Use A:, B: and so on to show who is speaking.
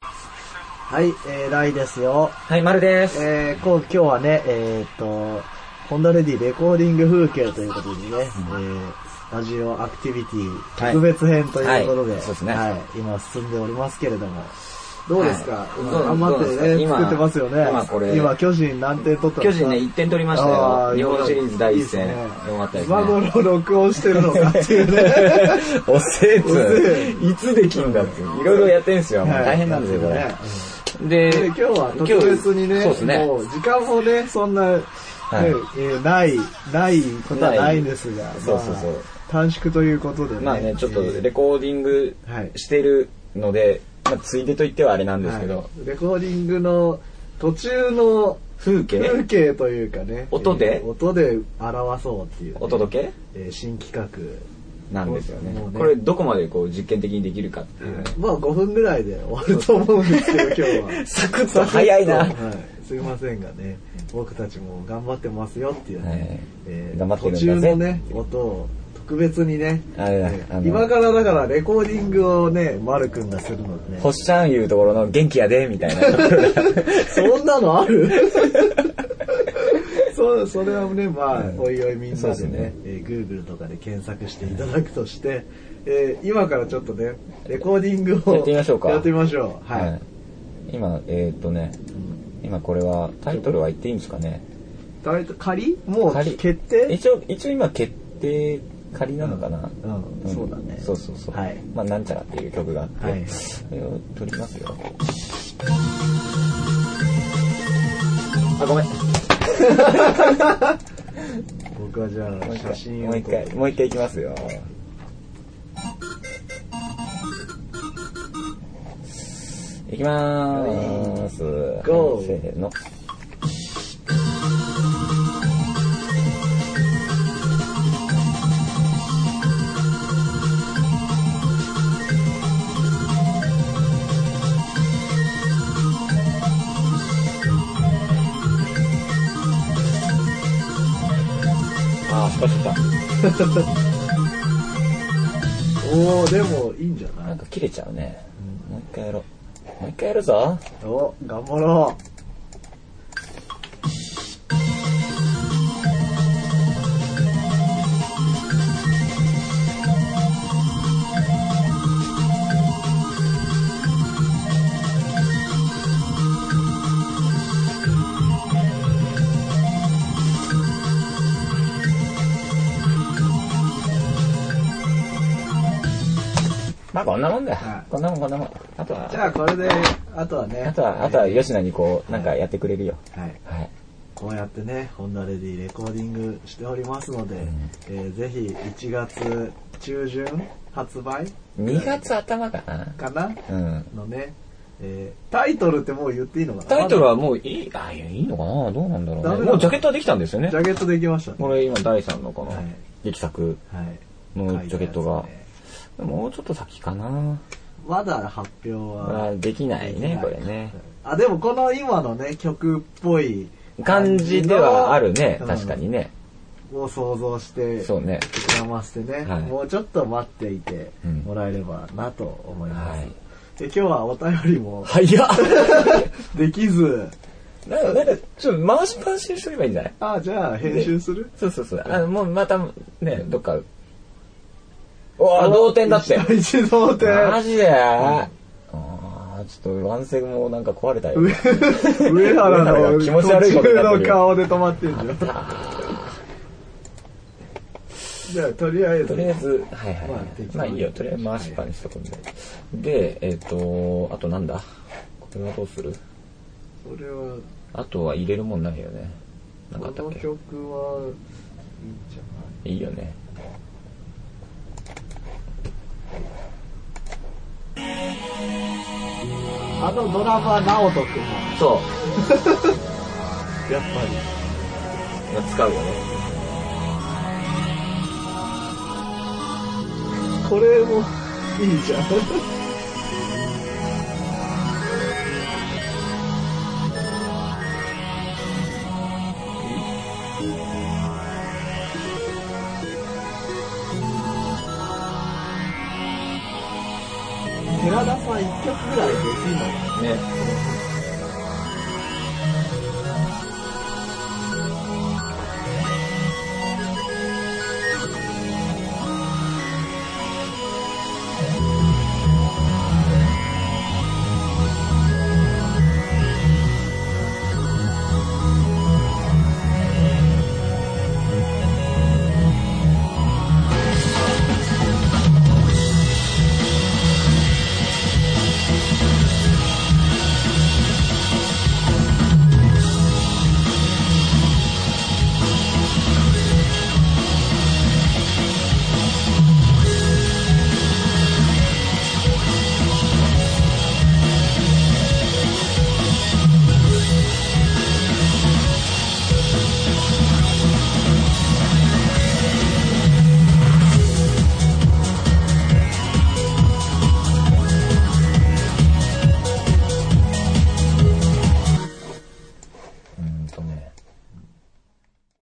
A: はい、えー、ライですよ。
B: はい、丸です。
A: えー、こう今日はね、えー、っと、ホンダレディレコーディング風景ということでね、えー、ラジオアクティビティ
B: はい
A: 特別編ということで、
B: はいそうですね
A: はい今進んでおりますけれども、どうですか、
B: はい
A: 今
B: どう
A: 頑張って
B: どうです
A: ね、
B: か今
A: 作ってますよね。
B: 今これ
A: 巨人何点取ったん
B: 巨
A: です
B: 人
A: か
B: ね、1点取りました
A: あー
B: よ。日本シリーズ第1
A: い
B: 戦。
A: いですね
B: よかったです
A: 今
B: ね。
A: 頃録音してるのかって いうね。
B: おせえ
A: せ
B: つ、いつできんだって。いろいろやってんすよ。もう
A: はい
B: 大変なんですよ、こ
A: ね
B: れ。
A: で
B: で、
A: 今日は特別にね、
B: そうですね
A: も。う時間もね、そんな、
B: い
A: ねえーない、ないことはないんですが、
B: そうそうそう
A: まあ短縮ということでね。
B: まあね、ちょっと
A: えー
B: レコーディング
A: はい
B: してるので、まあ、ついでと言ってはあれなんですけ
A: は
B: ど、
A: いレコーディングの途中の
B: 風
A: 風
B: 景
A: 景というかね、
B: 音で
A: えー音で表そうっていうね、
B: お届け
A: えー新企画。
B: なんですよね
A: もう。ね
B: これ、どこまでこう実験的にできるかっていうね。
A: まあ5分ぐらいで終わると思うんですけど、今日は。
B: サクッと早いな。
A: はい、すいませんがね、僕たちも頑張ってますよっていうね、
B: はい
A: え
B: 頑張ってるんだ
A: 途
B: ぜ
A: 中のね、音を特別にね、
B: あれだ
A: えー
B: あの
A: 今からだからレコーディングをね、丸くんがするのでね、
B: ほっしゃん言うところの元気やで、みたいな。
A: そんなのある そうそれはね、まあ、
B: うん
A: おいおいみん
B: そう
A: な
B: です
A: でね
B: ね、
A: えー Google とかで検索していただくとして、えー今からちょっとね、レコーディングを
B: やってみましょうか
A: やってみましょう。はい。。
B: 今、えーっとね、今これは、タイトルは言っていいんですかね。
A: 誰と仮もう
B: 仮
A: 決定
B: 一応、一応今決定、仮なのかな。
A: うん、うんそうだね。
B: そうそうそう。
A: はい
B: まあ、なんちゃらっていう曲があって、
A: はい
B: それを撮りますよ。あ、ごめん。
A: 僕はじゃ
B: もう
A: あ
B: 一
A: 写
B: 回、
A: 真
B: も
A: を
B: う一回、もう一回いきますよ。いきまーす。
A: Go
B: せーの。あー、しかしか。
A: おおでもいいんじゃな
B: ないんか切れちゃうね。もう一回やろう。もう一回やるぞ。
A: お頑張ろ
B: まあこんなもんだよ
A: は。い
B: こんなもんこんなもん。あとは
A: うじ、ゃあこれであとはね
B: あとは、あとは吉野にこう、なんかやってくれるよ。
A: はい
B: はい。
A: こうやってねホンダレディレコーディングしておりますので、えーぜひ1月中旬発売
B: 2月頭かな。
A: かな
B: うん。
A: のね、えータイトルってもう言っていいのかな
B: タイトルはもういい、あ、いやいいのかなどうなんだろ
A: ダメ
B: う
A: な
B: ね。
A: の
B: もうジャケットはできたんですよね
A: ジ。ャケットできましたね
B: これ今第3のこの
A: はい、
B: 力作
A: はい
B: のジャケット
A: 書
B: が
A: いたやつね。
B: もうちょっと先かな。
A: まだ発表
B: あ
A: は
B: できないね、これね。
A: あでもこの今のね曲っぽい
B: 感じではあるね
A: う、ん
B: 確かにね。
A: を想像して
B: そうね。
A: 膨らませてね、
B: はい
A: もうちょっと待っていて
B: うん
A: もらえればなと思います、
B: はい
A: で今日はお便りも
B: 早っ
A: できず
B: なんか、なんか、ちょっと回し回しにすればいいんじゃない
A: あじゃあ編集する
B: そうそうそう。あの、もうまた、ね、どっか。うわあ同点だって。
A: 一同点
B: マジでああ、ちょっと、ワンセグもなんか壊れたよ。
A: 上原の
B: 気持ち悪いこ
A: 途
B: と
A: 中
B: になって
A: の
B: る
A: 顔で止まってんじゃんじゃあとりあえず
B: とりあえず、はいはい
A: ま
B: は
A: あ適
B: い。
A: 当
B: まあいいよ、とりあえず回しっぱにしとくんで。で、えっ、と、あとなんだこれはどうする
A: それは
B: あとは入れるもんないよね。な
A: こ
B: んかあったっ
A: の
B: け
A: 曲はいいんじゃない
B: いいよね。
A: あのドラマ直人君も
B: そ
A: やっぱり
B: う、まあ使うよね。
A: これもいいじゃん。寺田さん一曲ぐらいできるの
B: ね。